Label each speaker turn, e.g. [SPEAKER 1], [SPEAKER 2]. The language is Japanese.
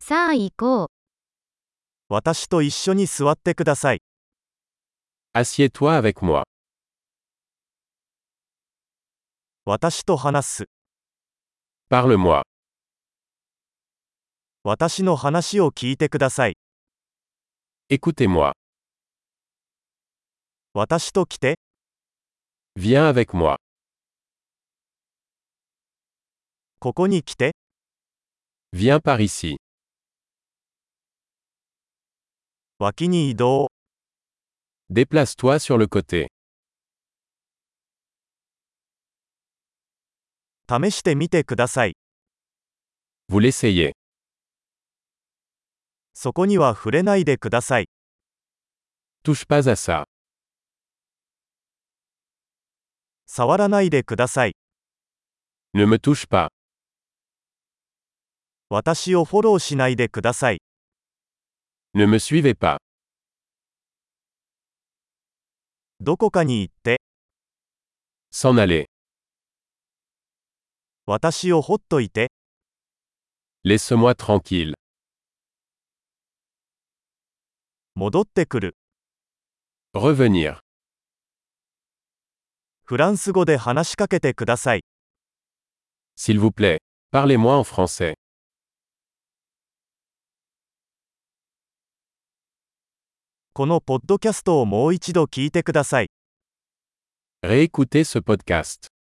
[SPEAKER 1] さあ行こう。
[SPEAKER 2] 私と一緒に座ってください。
[SPEAKER 3] Assieds-toi avec moi.
[SPEAKER 2] 私と話す。
[SPEAKER 3] Parle-moi.
[SPEAKER 2] 私の話を聞いてください。
[SPEAKER 3] Écoutez-moi.
[SPEAKER 2] 私と来て、
[SPEAKER 3] Viens avec moi.
[SPEAKER 2] ここに来て、
[SPEAKER 3] Viens par ici.
[SPEAKER 2] 脇に移動。
[SPEAKER 3] Déplace-toi sur le côté.
[SPEAKER 2] 試してみてください。
[SPEAKER 3] Vous l'essayez.
[SPEAKER 2] そこには触れないでください。
[SPEAKER 3] Touche pas à ça.
[SPEAKER 2] 触らないでください。
[SPEAKER 3] Ne me touche pas.
[SPEAKER 2] 私をフォローしないでください。
[SPEAKER 3] Ne me suivez pas.
[SPEAKER 2] どこかに行って、
[SPEAKER 3] S'en aller.
[SPEAKER 2] 私をほっといて、
[SPEAKER 3] Laisse-moi tranquille.
[SPEAKER 2] 戻ってくる。
[SPEAKER 3] Revenir.
[SPEAKER 2] フランス語で話しかけてください。
[SPEAKER 3] S'il vous plaît. Parlez-moi en français.
[SPEAKER 2] このポッドキャストをもう一度聞いてください。
[SPEAKER 3] Réécoutez ce podcast.